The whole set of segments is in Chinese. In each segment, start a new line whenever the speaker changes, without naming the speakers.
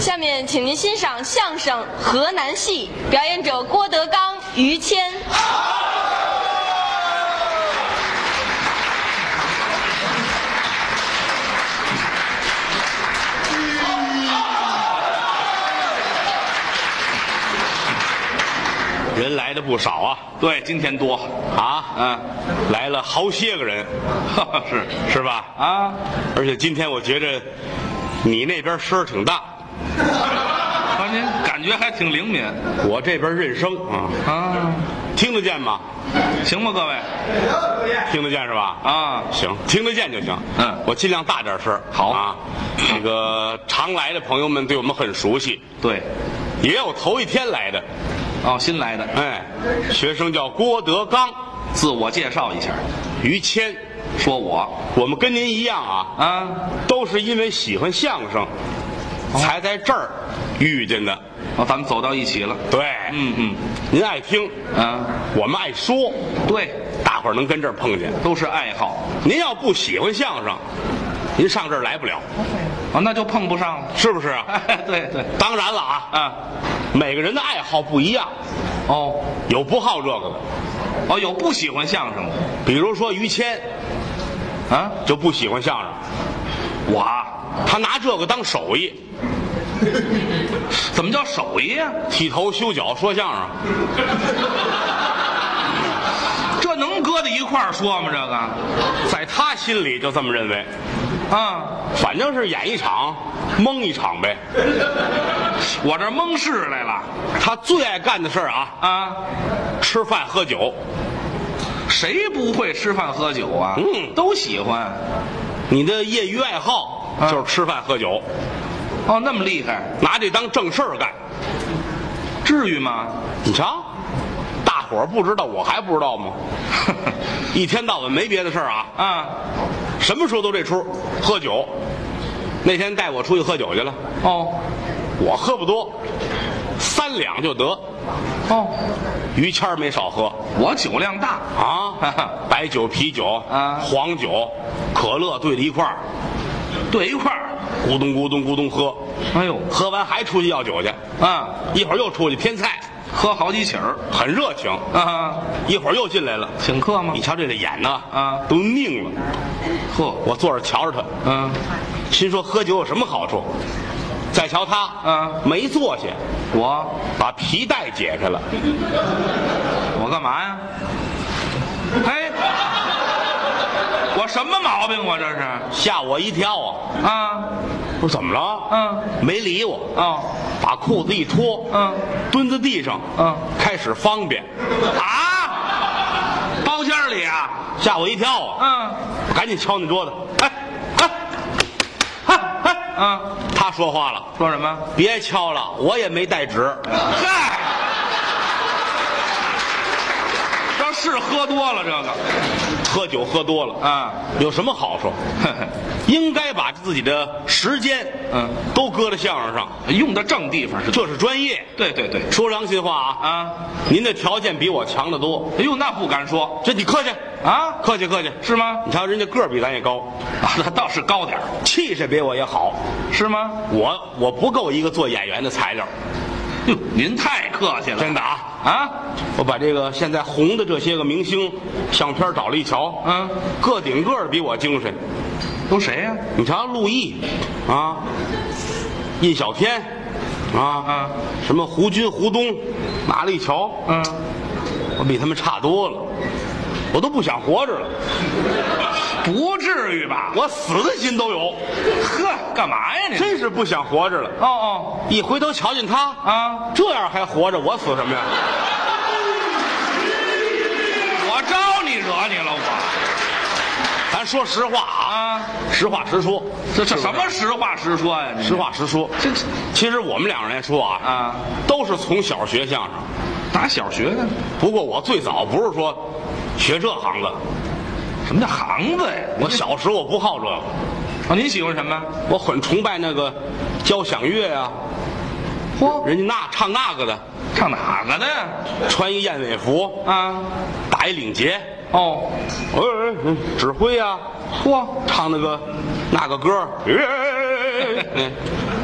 下面，请您欣赏相声《河南戏》，表演者郭德纲、于谦。
人来的不少啊，
对，今天多
啊，
嗯
来了好些个人，
是
是吧？
啊，
而且今天我觉着你那边声儿挺大，
关键感觉还挺灵敏
我这边认声啊，
啊，
听得见吗？
行吗，各位
听得见是吧？
啊？
行，听得见就行。
嗯
我尽量大点声。
好
啊，这个常来的朋友们对我们很熟悉，
对，
也有头一天来的。
哦，新来的，
哎，学生叫郭德纲、
自我介绍一下，
于谦，
说我
我们跟您一样啊，
啊，
都是因为喜欢相声，才在这儿遇见的。
哦，咱们走到一起了，
对，
嗯嗯，
您爱听，
啊，
我们爱说，
对，
大伙儿能跟这儿碰见。
都是爱好，
您要不喜欢相声，您上这儿来不了，
啊，那就碰不上了，
是不是
哎
啊？
对对，
当然了啊，
啊，
每个人的爱好不一样，
哦
有不好这个的，
哦，有不喜欢相声的
比如说于谦
啊，
就不喜欢相声，
我啊
他拿这个当手艺，
怎么叫手艺啊呀、
剃头、修脚、说相声，
这能搁在一块儿说吗？这
在他心里就这么认为，
个啊。
反正是演一场蒙一场呗。
我这蒙事来了
他最爱干的事儿啊，
啊！
吃饭喝酒，
谁不会吃饭喝酒啊？
嗯
都喜欢。
你的业余爱好就是吃饭喝酒，
哦，那么厉害，
拿这当正事儿干。
至于吗？
你瞧，大伙儿不知道，我还不知道吗？一天到晚没别的事儿啊，
啊，
什么时候都这出，喝酒。那天带我出去喝酒去了，
哦，
我喝不多，三两就得。
哦，
于谦儿没少喝
我酒量大，
啊，白酒、啤酒、
啊
黄酒、可乐兑在一块儿，
对一块儿。
咕咚咕咚咕咚喝，
哎呦，
喝完还出去要酒去，
啊，
一会儿又出去添菜，
喝好几起儿
很热情。
啊，
一会儿又进来了，
请客吗
你？瞧这个眼呐，
啊
都拧了。
喝，
我坐着瞧着他，
嗯、
心说喝酒有什么好处？再瞧他，
啊
没坐下，
我
把皮带解开了，
我干嘛呀？哎，我什么毛病？啊我这是
吓我一跳啊！
啊，
我说怎么了？
嗯，
没理我，
哦，
把裤子一脱，
嗯，
蹲在地上，
嗯，
开始方便，
哎啊，包间里啊，
吓我一跳啊！
嗯，
我赶紧敲那桌子，哎，哎，哎，哎，
啊，
他说话了，
说什么？
别敲了，我也没带纸，
嗨，这是喝多了这
喝酒喝多
个
了，
啊，
有什么好处？
呵呵
应该把自己的时间，
嗯，
都搁在相声上，
用的正地方是对，
这是专业。
对对对
说良心话啊，
啊，
您的条件比我强得多，
哎呦，那不敢说
这你客气，
啊，
客气客气。
是吗？
你瞧人家个儿比咱也高，
啊，那倒是高点儿，
气势比我也好，
是吗？
我我不够一个做演员的材料，
哟，您太客气了，
真的啊！
啊，
我把这个现在红的这些个明星相片找了一瞧，
嗯，
个顶个的比我精神。
都谁呀、
你瞧陆毅，啊，印小天，啊，
嗯
什么胡军、胡东，拿了一瞧，
嗯，
我比他们差多了，我都不想活着了，
不至于吧？
我死的心都有，
呵，干嘛呀你？
真是不想活着了。
哦哦
一回头瞧见他，
啊，
这样还活着，我死什么呀？
我招你惹你了我
咱说实话啊，
啊？
实话实说，
这这
是
什
不是
么实话实说呀、你
实话实说。
这这
其实我们两个人来说啊，
啊，
都是从小学相声，
打小学的，
不过我最早不是说学这行的，
什么叫行子呀？
我小时候我不好这个，
啊，您喜欢什么？
我很崇拜那个交响乐啊，
嚯，
人家那唱那个的，
唱哪个的呀？
穿一燕尾服，
啊，
打一领结，
哦，
哎，哎哎指挥啊，
嚯，
唱那个那个歌儿，哎哎哎哎
哎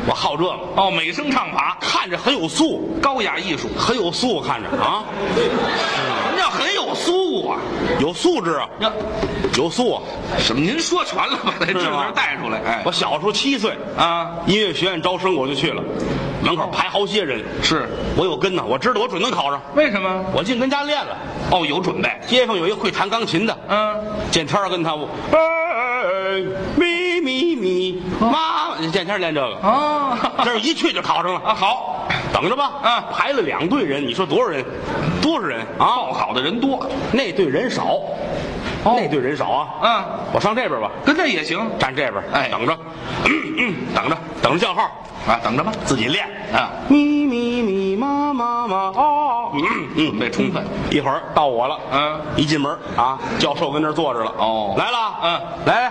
我好这个，
哦，美声唱法，
看着很有素，
高雅艺术。
很有素，看着啊，
什么叫很有素啊？
有素质啊，
呀，
有素啊。
什么？您说全了吧？把这
是
字
吗
儿带出来。哎，
我小时候七岁，
啊，
音乐学院招生我就去了，门口排好些人，
是
我有根呐，我知道我准能考上，
为什么？
我净跟家练了。
哦，有准备。
街坊有一个会弹钢琴的，
嗯，
见天儿跟他我，哎咪咪咪，妈，见天儿练这个，
哦，
这儿一去就考上了。
啊好，
等着吧，
嗯
排了两队人，你说多少人？多少人
报
啊？
考的人多。
那队人少，
哦
那队人少啊。
嗯，
我上这边吧，
跟这也行
站这边，
哎
等着， 嗯嗯，等着，等着叫号，
啊，等着吧。
自己练。
啊，
咪咪咪，妈妈妈，哦，嗯嗯，
准备充分。
一会儿到我了，
嗯，
一进门啊，教授跟那儿坐着了，
哦
来了，
嗯，
来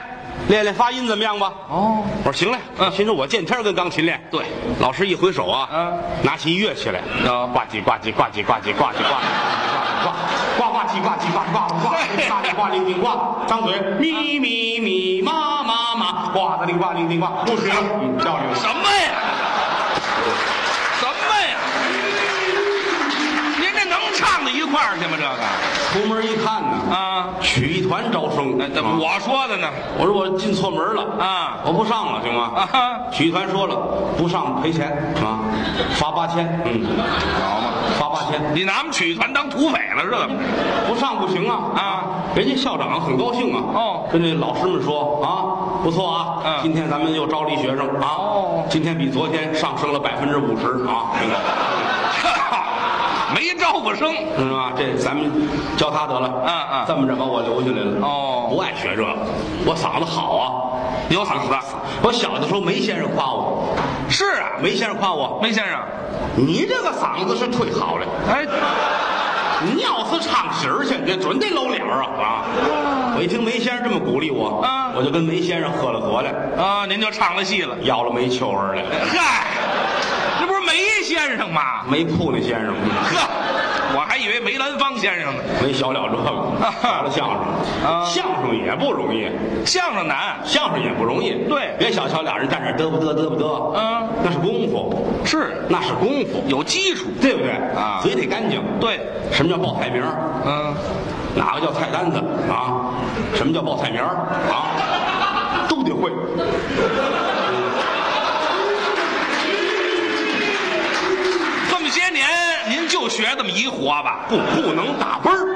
练练发音怎么样吧？
哦，
我说行嘞，
嗯
心说我见天儿跟钢琴练，
对，
老师一挥手啊，
嗯
拿起乐器来，
啊
呱唧呱唧呱唧呱唧呱唧呱唧呱唧呱呱呱唧呱唧呱唧呱唧呱唧呱铃叮呱，张嘴咪咪咪妈妈妈，呱的铃呱铃叮呱，不行了，嗯，要领
什么呀？什么呀？您这能唱到一块儿去吗？这个
出门一看呢，
啊，
曲艺团招生，
那那
啊
我说的呢？
我说我进错门了
啊
我不上了行吗
啊？哈
曲艺团说了，不上赔钱啊，罚八千，嗯，好嘛，罚八千，
你拿我们曲艺团当土匪了是怎么 着？
不上不行啊
啊！
人家校长很高兴啊，
哦
跟这老师们说啊，不错啊，
嗯
今天咱们又招了一学生啊，
哦
今天比昨天上升了百分之五十啊，这个
没招过生。
是吧？这咱们教他得了，
嗯嗯
这么着把我留下来了，
哦
不爱学这个，我嗓子好啊，
有嗓子，
我小的时候梅先生夸我，
是啊，
梅先生夸我，
梅先生，
你这个嗓子是忒好了。
哎，
你要是唱戏儿去，这准得露脸儿啊啊！我一听梅先生这么鼓励我，
啊
我就跟梅先生喝了酒来，
啊，您就唱了戏了，
要了梅秋儿来，
嗨，这不是梅先生吗？
梅铺那先生，
呵，我还以为梅兰芳先生呢，
没小了这个，学了相声，
啊
相声也不容易，
相声难，
相声也不容易。
对
别小瞧俩人站这儿嘚不嘚嘚不嘚，
嗯，
那是功夫，
是
那是功夫，
有基础，
对不对
啊
嘴得干净。
对，
什么叫报菜名儿？
嗯，
哪个叫菜单子啊？什么叫报菜名儿啊？都得会。
这么些年您就学这么一活吧？
不不能打啵儿，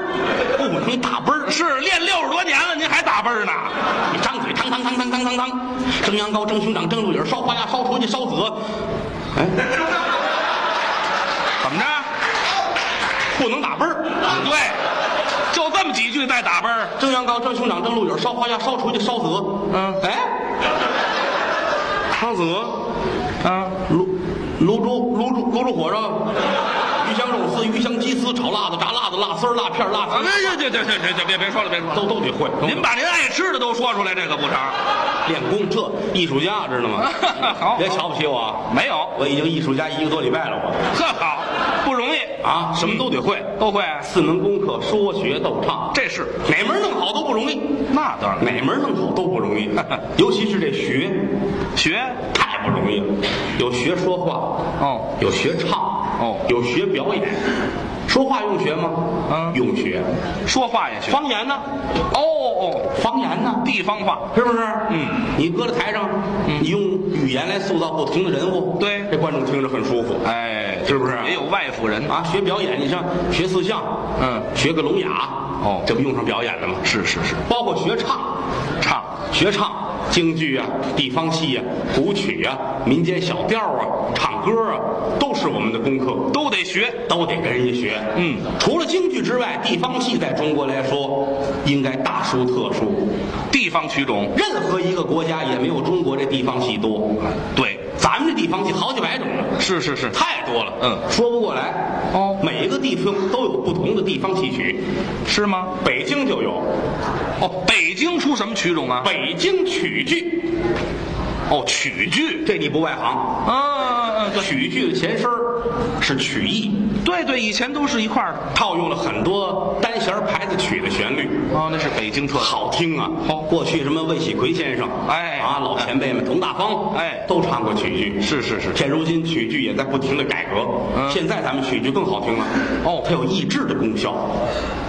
不能打啵儿。
是练六十多年了，您还打啵儿呢？
你张嘴，汤汤汤汤汤汤汤，蒸羊羔，蒸熊掌，蒸鹿尾儿，烧花鸭，烧雏鸡，烧子，哎，
怎么着？
不能打啵儿。
对，就这么几句再打啵儿，
蒸羊羔，蒸熊掌，蒸鹿尾儿，烧花鸭，烧雏鸡，烧子。
嗯
哎，烧子，
啊，
卤卤猪，卤猪，卤猪火烧，鱼香肉丝，鱼香鸡丝，炒辣子，炸辣子，辣丝儿，辣片儿，辣
啊，
丝儿，
别别别别别别别别说了，别说了
都。都得会。都得
您把您爱吃的都说出来，这可不成。？
练功，这艺术家知道吗
好
别瞧不起我啊，
没有，
我已经艺术家一个多礼拜了，我。
呵好，不容易，
啊，什么都得会，
都会。
四门功课，说学逗唱，
这是
哪门弄好都不容易，
那当
哪门弄好都不容 易，尤其是这学，
学
太不容易了。有学说话，
哦，
有学唱，
哦
有学表演。说话用学吗？
嗯
用学。
说话也学。
方言呢？
哦哦，
方言呢？
地方话
是不是？
嗯，
你搁在台上，你用语言来塑造不同的人物，
对
这观众听着很舒服。
哎
是不是
也有外府人
啊，学表演，你像学四象，
嗯
学个聋哑，
哦
这不用上表演了吗？
是是是，
包括学唱，
唱
学唱京剧啊、地方戏啊、古曲啊、民间小调啊、唱歌啊，都是我们的功课，
都得学。
都得跟人家学。
嗯，
除了京剧之外，地方戏在中国来说应该大书特书，
地方曲种，
任何一个国家也没有中国这地方戏多。
对，
咱们这地方戏好几百种呢，
是是是，
太多了，
嗯
说不过来。
哦
每个地方都有不同的地方戏曲，
是吗？
北京就有
哦，北京出什么曲种啊？
北京曲剧，
哦，曲剧。
这你不外行。
嗯嗯嗯，对，
曲剧的前身儿是曲艺，
对对，以前都是一块儿的。
套用了很多单弦牌子曲的旋律，
哦，那是北京特色。
好听啊！
好
过去什么魏喜奎先生，
哎
啊，老前辈们佟大方，
哎
都唱过曲剧。
是是是
现如今曲剧也在不停的改革，
嗯
现在咱们曲剧更好听了。
哦
它有抑制的功效，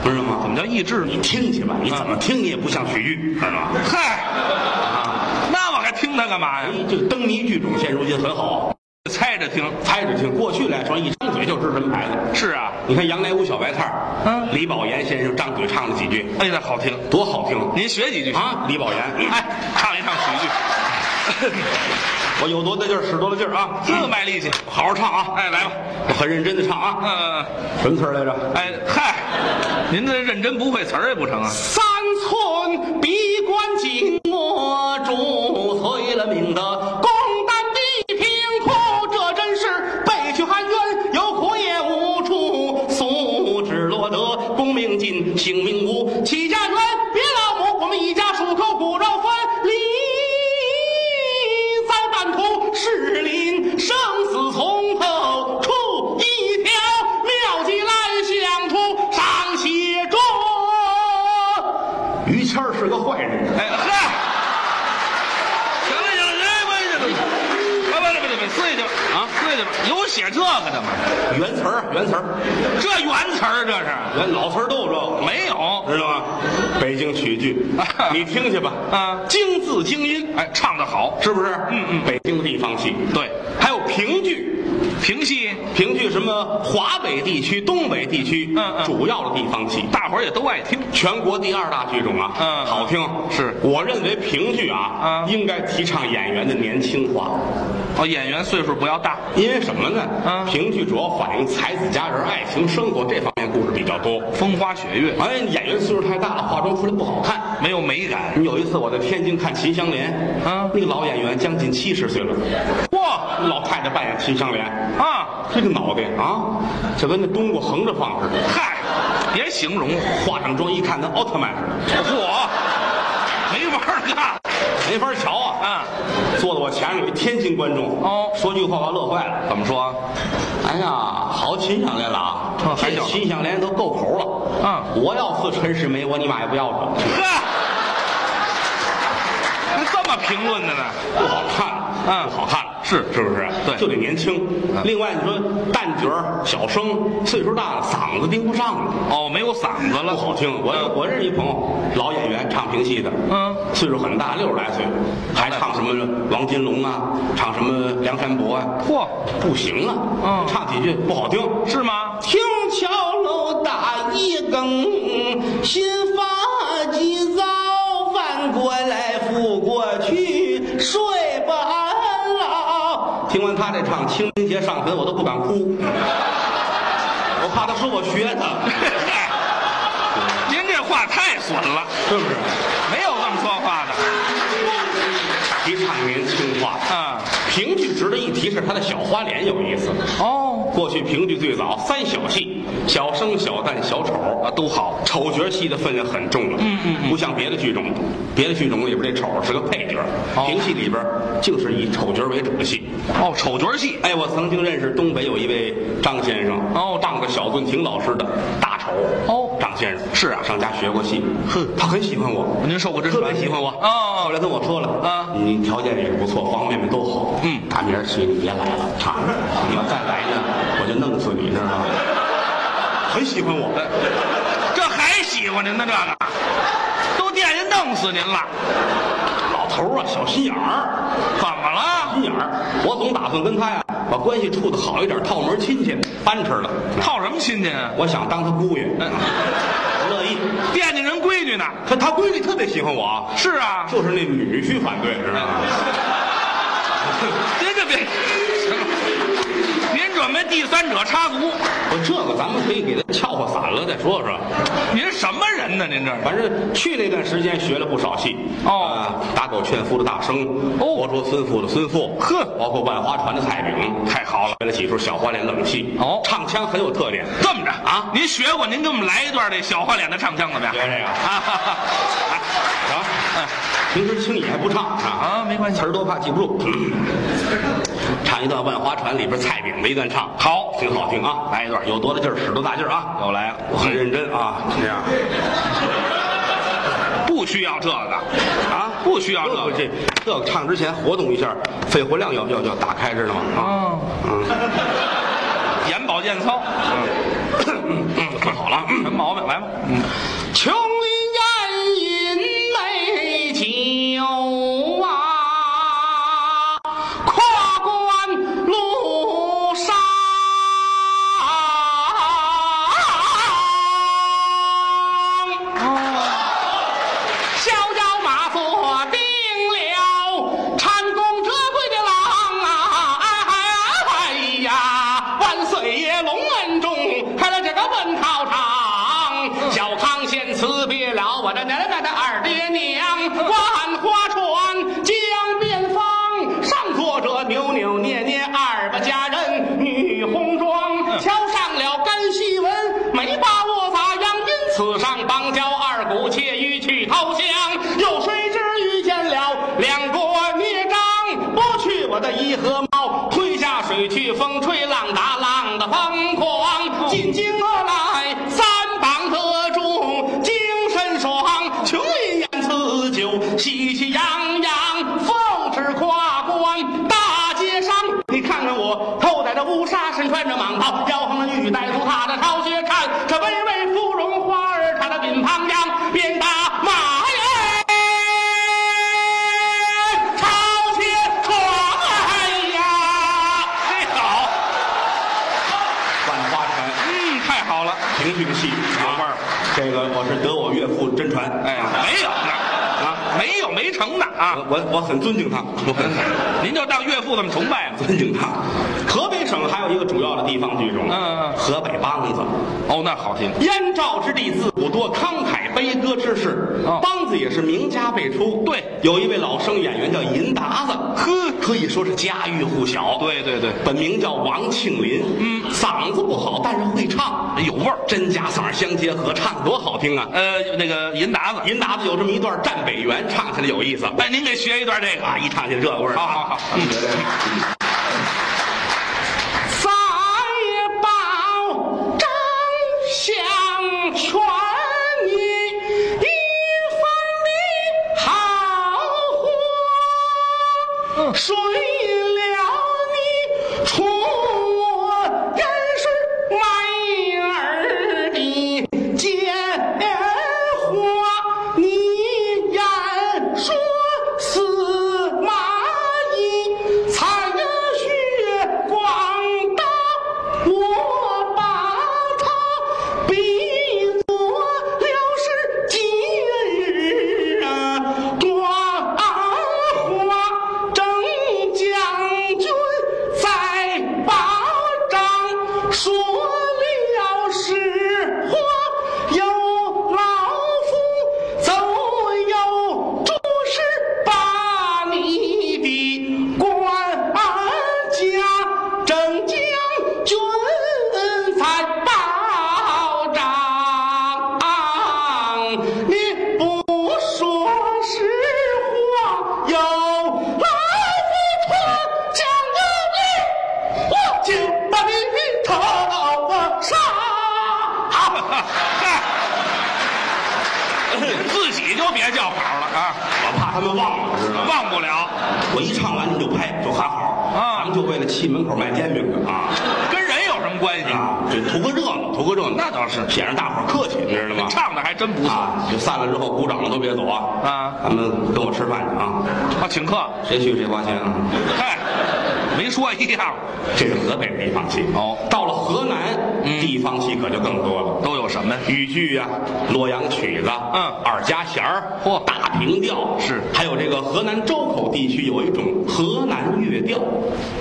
知道吗？
怎么叫益智呢？嗯
听去吧，你怎么听你也不像曲剧，知道吗？
嗨，啊那我还听它干嘛
哎
呀？，
这个灯谜剧种现如今很好，
猜着听。
猜着听。过去来说，一张嘴就知道什么牌子。
是啊，
你看杨乃武小白菜儿，
嗯
李宝岩先生张嘴唱了几句，
哎，那好听。
多好听
您学几句行
啊！李宝岩，哎，
哎，唱一唱曲剧，
我有多大劲儿使多大劲儿啊！
这卖力气。
好好唱啊！
哎，来吧，
我很认真的唱啊。
嗯、
什么词儿来着？
哎，嗨，您这认真不会词儿也不成啊？
三寸闭关紧握住，遂了命的共担地平哭，这真是背去含冤，有苦也无处诉，只落得功名尽，性命无，起家园，别老母，我们一家数口骨肉分离。遭弹头士林，生死从头处一条妙计来想出上写中。于谦儿是个坏人，
哎，嗨，行了行了，哎，不不不不不不，碎去吧啊，碎去吧，有写这个的吗？
原词儿啊，原词儿，
这原词儿这是
原老词儿都有这个。
没有？，
知道吗？北京曲剧你听去吧。
啊
京字京音，
哎，唱的好，
是不是？
嗯嗯
北京地方戏，
对，
还有评剧，
评戏
评剧什么华北地区、东北地区，
嗯嗯
主要的地方戏，
大伙儿也都爱听，
全国第二大剧种啊，
嗯
好听。
是
我认为评剧啊，
嗯
应该提倡演员的年轻化，
哦，演员岁数不要大，
因为什么呢？
嗯
评剧主要反映才子佳人爱情生活这方面故事比较多。
风花雪月，
哎，演员岁数太大了，化妆出来不好看。
没有美感。
有一次我在天津看《秦香莲》，
嗯
那个老演员将近七十岁了，
嚯
老太太扮演秦香莲，
啊，
这个脑袋啊，就跟那冬瓜横着放似的。
嗨，别形容了。
化上妆一看，跟奥特曼似的。
嚯，没法儿干。
没法瞧啊！坐在我前面有一天津观众，
哦
说句话把我乐坏了。
怎么说？
哎呀，好秦香莲了啊！
哦还
这
有
秦香莲都够口了。
嗯，
我要是陈世美，我你妈也不要我，
呵，那这么评论的呢？
不好看，
嗯
不好看，
是
是不是？
对嗯
就得年轻。另外，你说旦角儿小生，岁数大了，嗓子盯不上了。
哦，没有嗓子
不
了。
好听，我有我认识一朋友，老演员，唱评戏的，
嗯
岁数很大，六十来岁，还唱什么王金龙啊，唱什么梁山伯啊，
嚯，
不行啊，
嗯
唱几句不好听。
是吗？
听桥楼打一更，新发急躁，翻过来覆过去，睡不安了。听完他这唱《清明节上坟》，我都不敢哭， 我怕他说我学他，
嗨，您这话太损了，
是不是？
没有这么说话的。
提倡年轻化。
啊，
评剧值得一提是他的小花脸有意思。
哦，
过去评剧最早三小戏：小生、小旦、小丑啊，都好。丑角戏的分量很重了，嗯嗯不像别的剧种，别的剧种里边这丑是个配角，
哦
评戏里边竟是以丑角为主的戏。
哦，丑角戏，
哎，我曾经认识东北有一位张先生，
哦
当过小棍亭老师的大丑，
哦
张先生
是啊
上家学过戏，哼，他很喜欢我，
您受过真
特
传
别喜欢我
哦
后来跟我说了，
啊
你条件也不错，方方面面都好，
嗯
大明儿去你别来了，唱， 你要再来呢，我就弄死你，知道吗？很喜欢我，
这还喜欢您呢？这个都惦记弄死您了，
老头儿啊，小心眼儿，
怎么了？
心眼儿，我总打算跟他呀，把关系处的好一点，套门亲戚，搬吃了，
套什么亲戚啊？
我想当他姑爷，
嗯
我乐意。
惦记人闺女呢？
他他闺女特别喜欢我啊，
是啊，
就是那女婿反对，知道
哎
吗？
您这别，行了您准备第三者插足？
我这个咱们可以给他撬和散了再说说。
您什么人呢？您这是
反正去那段时间学了不少戏
哦
呃打狗劝夫的大生，活捉孙富的孙富，
呵
包括万花船的蔡饼，
太好了，
学了几出小花脸冷戏，
哦
唱腔很有特点。
这么着
啊
您学过，您给我们来一段这小花脸的唱腔怎么样？
学这个
啊啊，哈哈
啊，平时轻易还不唱啊，
啊，没关系
词。儿多怕记不住。唱一段《万花船》里边菜饼的一段唱，
好
挺好听啊！来一段，有多大劲儿使多大劲儿啊！
又来了，
我很认真啊，
嗯
这样
不需要这个，
啊，
不需要这
不
个。
这这唱之前活动一下，肺活量要要要打开，知道吗？啊，
啊，眼保健操，
可好了，
什么嗯毛病？来吧，
琼烟饮美酒啊，跨关路上，
哦
逍遥马锁定了蟾宫折桂的郎啊，哎呀，万岁爷龙恩中开了这个文考场，小康先辞别了我的奶奶的二爹娘，万花船江边方，上坐着扭扭捏捏二八佳人女红妆，瞧上了甘希文，没把握咋样，因此上邦交二股窃欲去投降，又谁知遇见了两国孽障，剥去我的一河猫，推下水去，风吹浪打浪的疯狂，进京而来三榜得中，精神爽，穷饮言辞酒，喜气洋洋，奉旨跨关大街上，你看看我头戴着乌纱，身穿着蟒袍，腰横着玉带，足踏着朝靴看，这巍巍芙蓉花儿插在鬓旁央，鞭打马哎，朝天闯哎呀！
这好，
万花船。
嗯，太好了。
情绪的戏有
味儿
这个我是得我岳父真传，
哎，没有啊，没有没成的啊，
我我我很尊敬他，我很
您就当岳父这么崇拜吧。
尊敬他。河北省还有一个主要的地方剧种，
嗯嗯嗯
河北梆子。
哦，那好听。
燕赵之地，自古多慷慨悲歌之士。
哦
梆子也是名家辈出。
对
有一位老生演员叫银达子，呵，可以说是家喻户晓。，
对对对，
本名叫王庆林，嗯，嗓子不好，但是会唱，
有哎味儿。
真假嗓相结合，唱得多好听啊！
呃，那个银达子，
银达子有这么一段《战北原》，唱起来有意思。
哎，您给学一段这个。
啊，一唱起来这味儿，
好好好，
三宝张相权一番的好花，谁料你除我人是卖儿的奸花，你言说司马懿才学广大，我把他比作了是今日啊光华正将军在巴掌说了实话，有老夫走有朱氏把你的官家正将军在报账，你不说实话，有老夫闯将有你，我就把你头啊杀！
您自己就别叫好了啊，
我怕他们忘了，知道吗？
忘不了，
我一唱完你就拍，就喊好
啊
咱们就为了气门口卖煎饼去啊！
跟人有什么关系？
啊，这图个热闹，图个热闹，
哎那倒是
显着大伙儿客气，你知道吗？
唱的还真不错
啊，就散了之后，鼓掌的都别走啊！
啊
咱们跟我吃饭去啊！
啊，请客。
谁去谁花钱啊！
嗨，没说一样，
这是河北的地方戏
哦嗯
到了河南，地方戏可就更多了。
都有什么呀？
豫剧呀、洛阳曲子，
嗯
二家弦儿，
嚯
大平调
是
还有这个河南周口地区有一种河南乐调，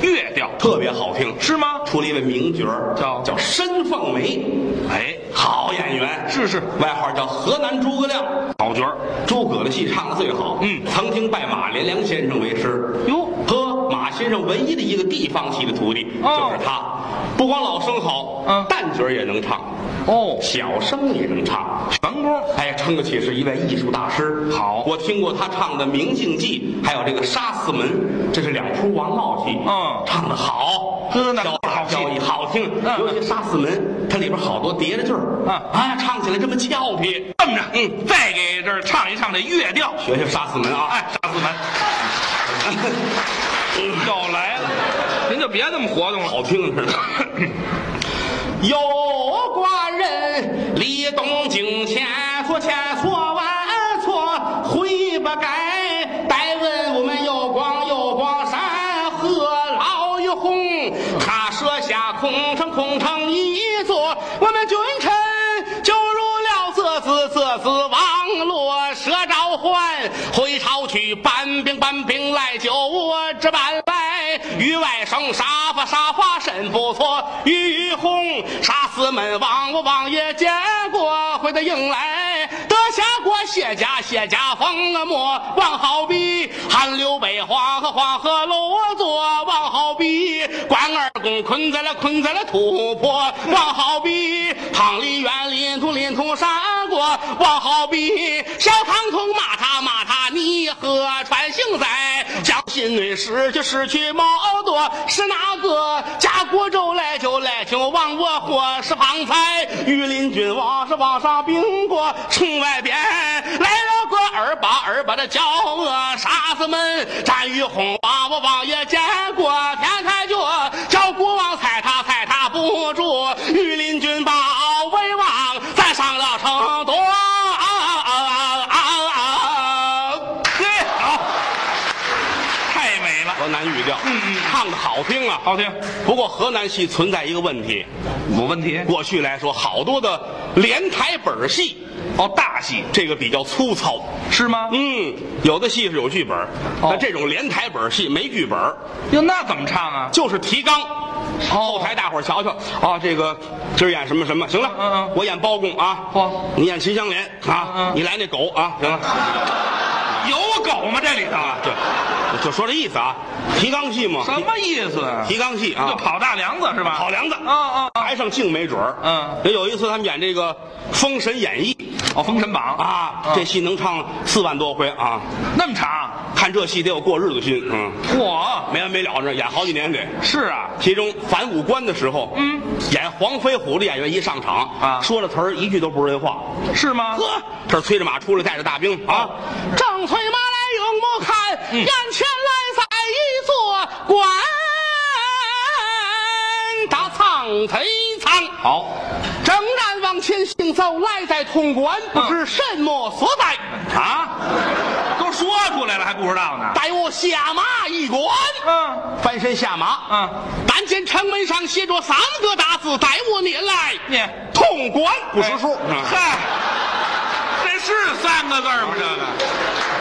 乐调
特别好听，
是吗？
出了一位名角儿
叫
叫申凤梅，
哎，
好演员，
是是，
外号叫河南诸葛亮，
好角儿。
诸葛的戏唱的最好，
嗯
曾经拜马连良先生为师，
哟
呵，马先生唯一的一个地方戏的徒弟、
哦
就是他，不光老生好，
嗯
旦角儿也能唱，
哦
小生也能唱。
全锅
哎，撑得起是一位艺术大师。
好
我听过他唱的《明镜记》，还有这个《杀死门》，这是两出王老戏。
嗯
唱的好，
呵那
小
好戏
小艺好听。
嗯
尤其《杀死门》，它里边好多叠着句儿。
嗯
啊，唱起来这么俏皮。
这么着，
嗯，
再给这儿唱一唱这乐调。
学学《杀死门》啊。
哎，杀死门又来了，您就别这么活动了。
好听着呢。有官人离东京前，错前错万错，悔不该。待问我们有光有光山，何老有红？他设下空城空城一座，我们君臣就入了这子这子王落蛇召唤，回朝去搬兵搬兵来救我这搬来，于外省杀伐杀伐甚不错，于洪杀死门王我王爷见过，回得迎来得下国谢家谢家风啊莫王好比韩刘北黄河黄河罗座王好比关二公困在了困在了土坡王好比胖梨园林通林通山过王好比小唐通骂他骂他你何川幸哉将心内失去失去毛多是哪个家国州来就来就亡我火是旁财御林军王是往上兵过城外边来了个二八二八的骄恶杀死门战于红王我王爷见过天台脚叫国王踩他踩他不住御林军把威望咱上了城东。
嘿，好，太美了，
河南语调，嗯嗯，唱的好听啊。
好听。
不过河南戏存在一个问题，
有问题？
过去来说，好多的连台本儿戏，
哦，大戏
这个比较粗糙。
是吗？
嗯，有的戏是有剧本儿，
哦
但这种连台本儿戏没剧本儿，
哟，那怎么唱啊？
就是提纲。后台大伙儿瞧瞧啊，这个今儿演什么什么，行了，
嗯嗯
我演包公啊，
嚯
你演秦香莲啊，
嗯嗯
你来那狗啊，行了，
有狗吗？这里头
啊，对，就说这意思啊，提纲戏嘛，
什么意思啊？
提纲戏啊，
就跑大梁子是吧？
跑梁子哎
啊啊啊！
台上净没准儿。
嗯，
也有一次他们演这个《封神演义
哦，《封神榜》》
啊，
嗯
这戏能唱四万多回啊，
那么长，
看这戏得有过日子心，嗯，
嚯，
没完没了这演好几年得。
是啊，
其中反五官的时候，嗯，演黄飞虎的演员一上场
啊
说了词儿一句都不是人话，
是吗？
呵，这儿催着马出来，带着大兵啊，嗯正催马来勇目看，眼前来在一座关，打苍贼仓。
好，
正然往前行走，来在潼关，不知什么所在。
啊，都说出来了还不知道呢。
待我下马一观，
嗯
翻身下马。
嗯，
但见城门上写着三个大字：“待我撵来。”
念
潼关不识数，
哎嗨，这是三个字儿吗？这个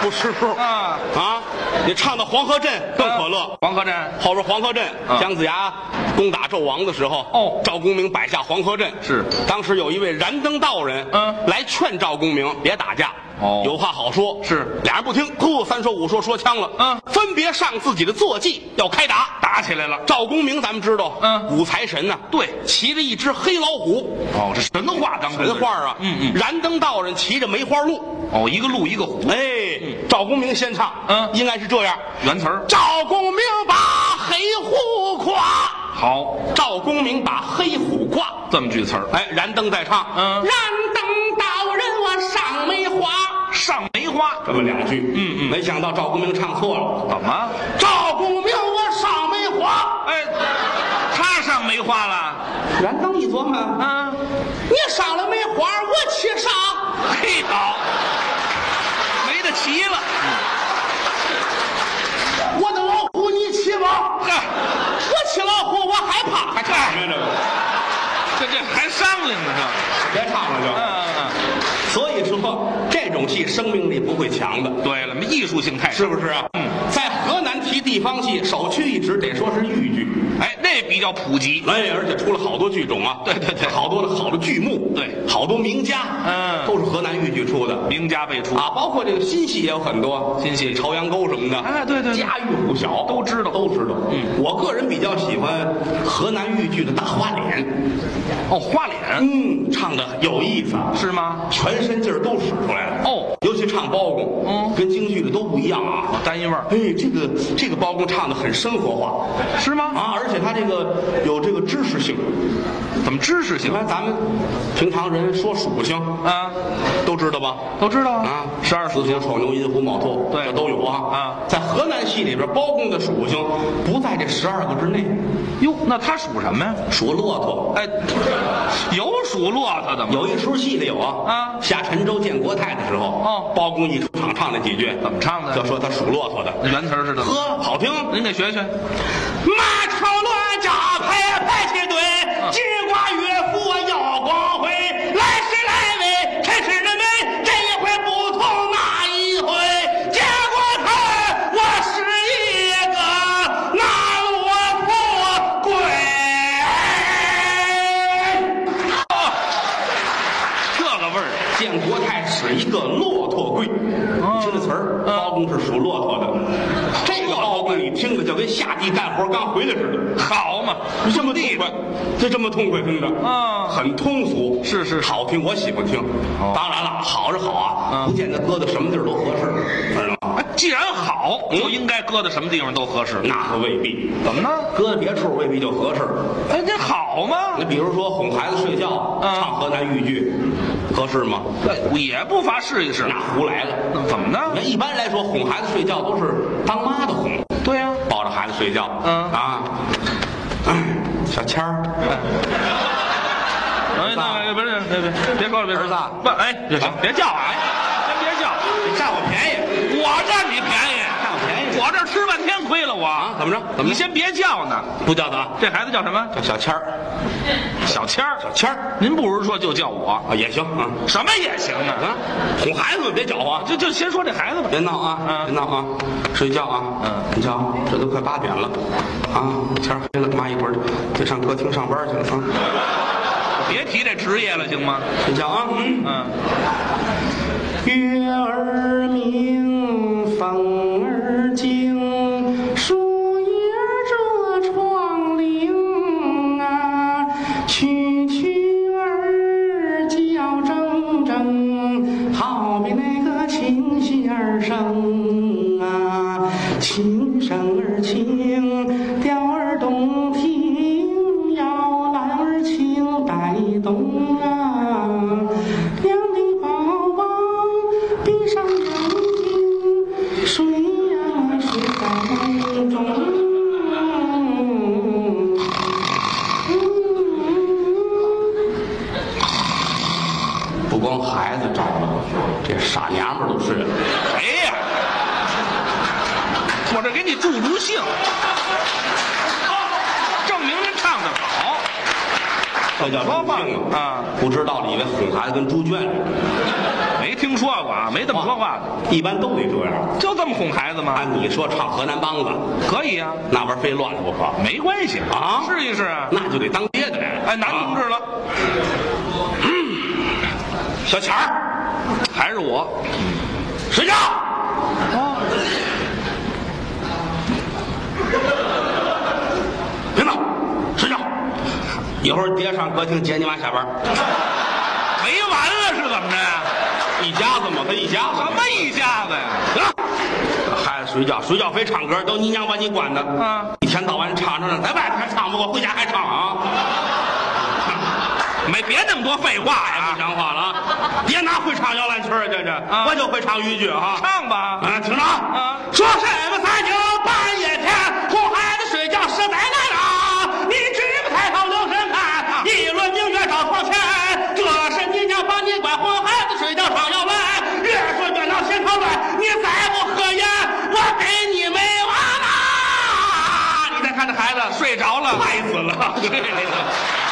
不识数
啊呃
啊！你唱到黄河镇更可乐。
黄河镇
后边黄河镇，
嗯
姜子牙攻打纣王的时候，
哦
赵公明摆下黄河镇。
是
当时有一位燃灯道人，
嗯
来劝赵公明别打架，
哦
有话好说。
是
俩人不听，噗，三说五说说呛了，
嗯
分别上自己的坐骑要开打。
打起来了。
赵公明咱们知道，
嗯
五财神呐、
对
骑着一只黑老虎，
哦，这神话当中的
神话啊，
嗯嗯，
燃灯道人骑着梅花鹿，
哦，一个鹿一个虎，
哎，赵公明先唱，
嗯
应该是这样，
原词儿
赵公明把黑虎跨。
好，
赵公明把黑虎挂，
这么句词儿。
哎，燃灯再唱，
嗯
燃灯道人我上梅花，
上梅花
这么两句，嗯嗯，没想到赵公明唱错了，
怎么？
赵公明我上梅花，
哎，他上梅花了？
燃灯一琢磨，
啊，
你上了梅花，我骑啥？
嘿，好，没得骑了。
我的老虎你骑吗？
嗨，
我骑老虎我害怕，还
唱
什
什
么
么
这个？
这这还商量呢，
别唱了就。
这。嗯嗯
所以说，这种戏生命力不会强的，
嗯，对了，艺术性太
是不是啊？嗯，在河南提提地方戏，首屈一指，得说是豫剧。
哎，那比较普及。
哎，而且出了好多剧种啊，
对对对
好多的好的剧目，
对
好多名家，
嗯
都是河南豫剧出的
名家辈出，
啊，包括这个新戏也有很多，
新戏
朝阳沟什么的，
哎对对对
家喻户晓，
都知道
都知道。
嗯，
我个人比较喜欢河南豫剧的大花脸，
哦，花脸
嗯，唱的有意思，
是吗？
全身劲儿都使出来了。
哦，
尤其唱包公，
嗯哦
跟京剧的都不一样啊。
单一味儿
哎，这个这个包公唱的很生活化
是吗？
啊，而且他这个有这个知识性。
怎么知识
你
性
看咱们平常人说属性，
啊？
都知道吧？
都知道
啊，
十二
子
属
鼠、丑牛、寅虎、卯兔，
对
这都有啊。
啊
在河南戏里边，包公的属性不在这十二个之内，
哟，那他属什么呀？
属骆驼。
哎，有属骆驼的吗？
有一出戏里有啊
啊
下陈州见国泰的时候，
哦
包公一出场唱了几句，
怎么唱的
就说他属骆驼的，
原词儿是这么，
呵，好听。
您给学学。
马超乱扎排排起队，金瓜岳父啊耀光辉，来时来位，臣是人们，这一回不同那一回。见过他，我是一个那罗破鬼。
这个味儿，
建国太史一个骆驼龟，
哦
你听这词儿，
嗯
包公是属骆驼的。这个包公你听着就跟下地干活刚回来似的。
好嘛，
这么痛快，就这么痛快听着，
啊
很通俗，
是是哦
好听，我喜欢听。当然了，好是好啊，
嗯
不见得搁到什么地儿都合适，啊知道吗？
哎既然好，就应该搁到什么地方都合适。
那可未必，
怎么呢？
搁到别处未必就合适。
哎，这好吗
你？比如说哄孩子睡觉，
嗯
唱河南豫剧，合适吗？
哎也不乏试一试。
那胡来了。
那怎么
那
呢？
一般来说，哄孩子睡觉都是当妈的哄，
哎对呀、
抱着孩子睡觉，
嗯
啊，哎小谦儿，
哎，那不是，别别别说了，别说了，不，哎，别行，别叫，哎，先别叫，
你占我便宜
我占你便宜，
占我便宜
我这吃半天亏了我
啊？怎么着？怎
你
么着？
先别叫呢，
不叫他啊？
这孩子叫什么？
叫小谦儿，
小谦儿。
谦儿
您不如说就叫我，
啊也行啊
什么也行啊，
啊，哄孩子们别搅和啊，
就就先说这孩子吧。
别闹啊，
嗯
别闹啊，睡觉啊，
嗯
你瞧，这都快八点了，啊，天儿黑了，妈一会儿得上歌厅上班去了啊，
别提这职业了，行吗？
睡觉啊，嗯。
嗯，
月儿明，风儿静，树叶儿遮窗棂啊，蛐蛐儿叫铮铮，好比那个琴弦儿声啊，琴声儿轻，调儿动听，摇篮儿轻带动啊，两里宝宝闭上眼睛，睡呀、睡在梦中。不光孩子着了，这傻娘们儿都睡了。
谁呀？我这给你助助兴，证明您唱的好。
这叫
说吧
正经
啊！
不知道的以为哄孩子跟猪圈似
没听说过啊，没这么说话的，
的，一般都得这样。
就这么哄孩子吗？
按你说唱河南梆子，
可以啊，
那玩意儿非乱了不可，
没关系
啊
试一试啊。
那就得当爹的来了。
哎，男同志
啊，
了，
小钱儿，
还是我
睡觉。别闹，睡觉。一会儿爹上歌厅接你妈下班。
没完了是怎么着呀？
一家子嘛，他一家子。
什么啊一家子呀？
行了，孩子睡觉，睡觉非唱歌，都你娘把你管的。
嗯，
一天到晚唱唱唱，在外头还唱不过，回家还唱啊，
没别那么多废话
太不
呀，
讲话了啊！别拿会唱摇篮曲儿，这这，
嗯
我就会唱豫剧啊。
唱吧。
啊，听着啊
嗯，
说什么三更半夜天，哄孩子睡觉实在难啊！你知不抬头留神看，一轮明月照窗前，这是你娘把你管，哄孩子睡觉上摇篮，越说越闹心头乱，你再不合眼，我给你没完啦！你再看这孩子，
睡着了，
快死了。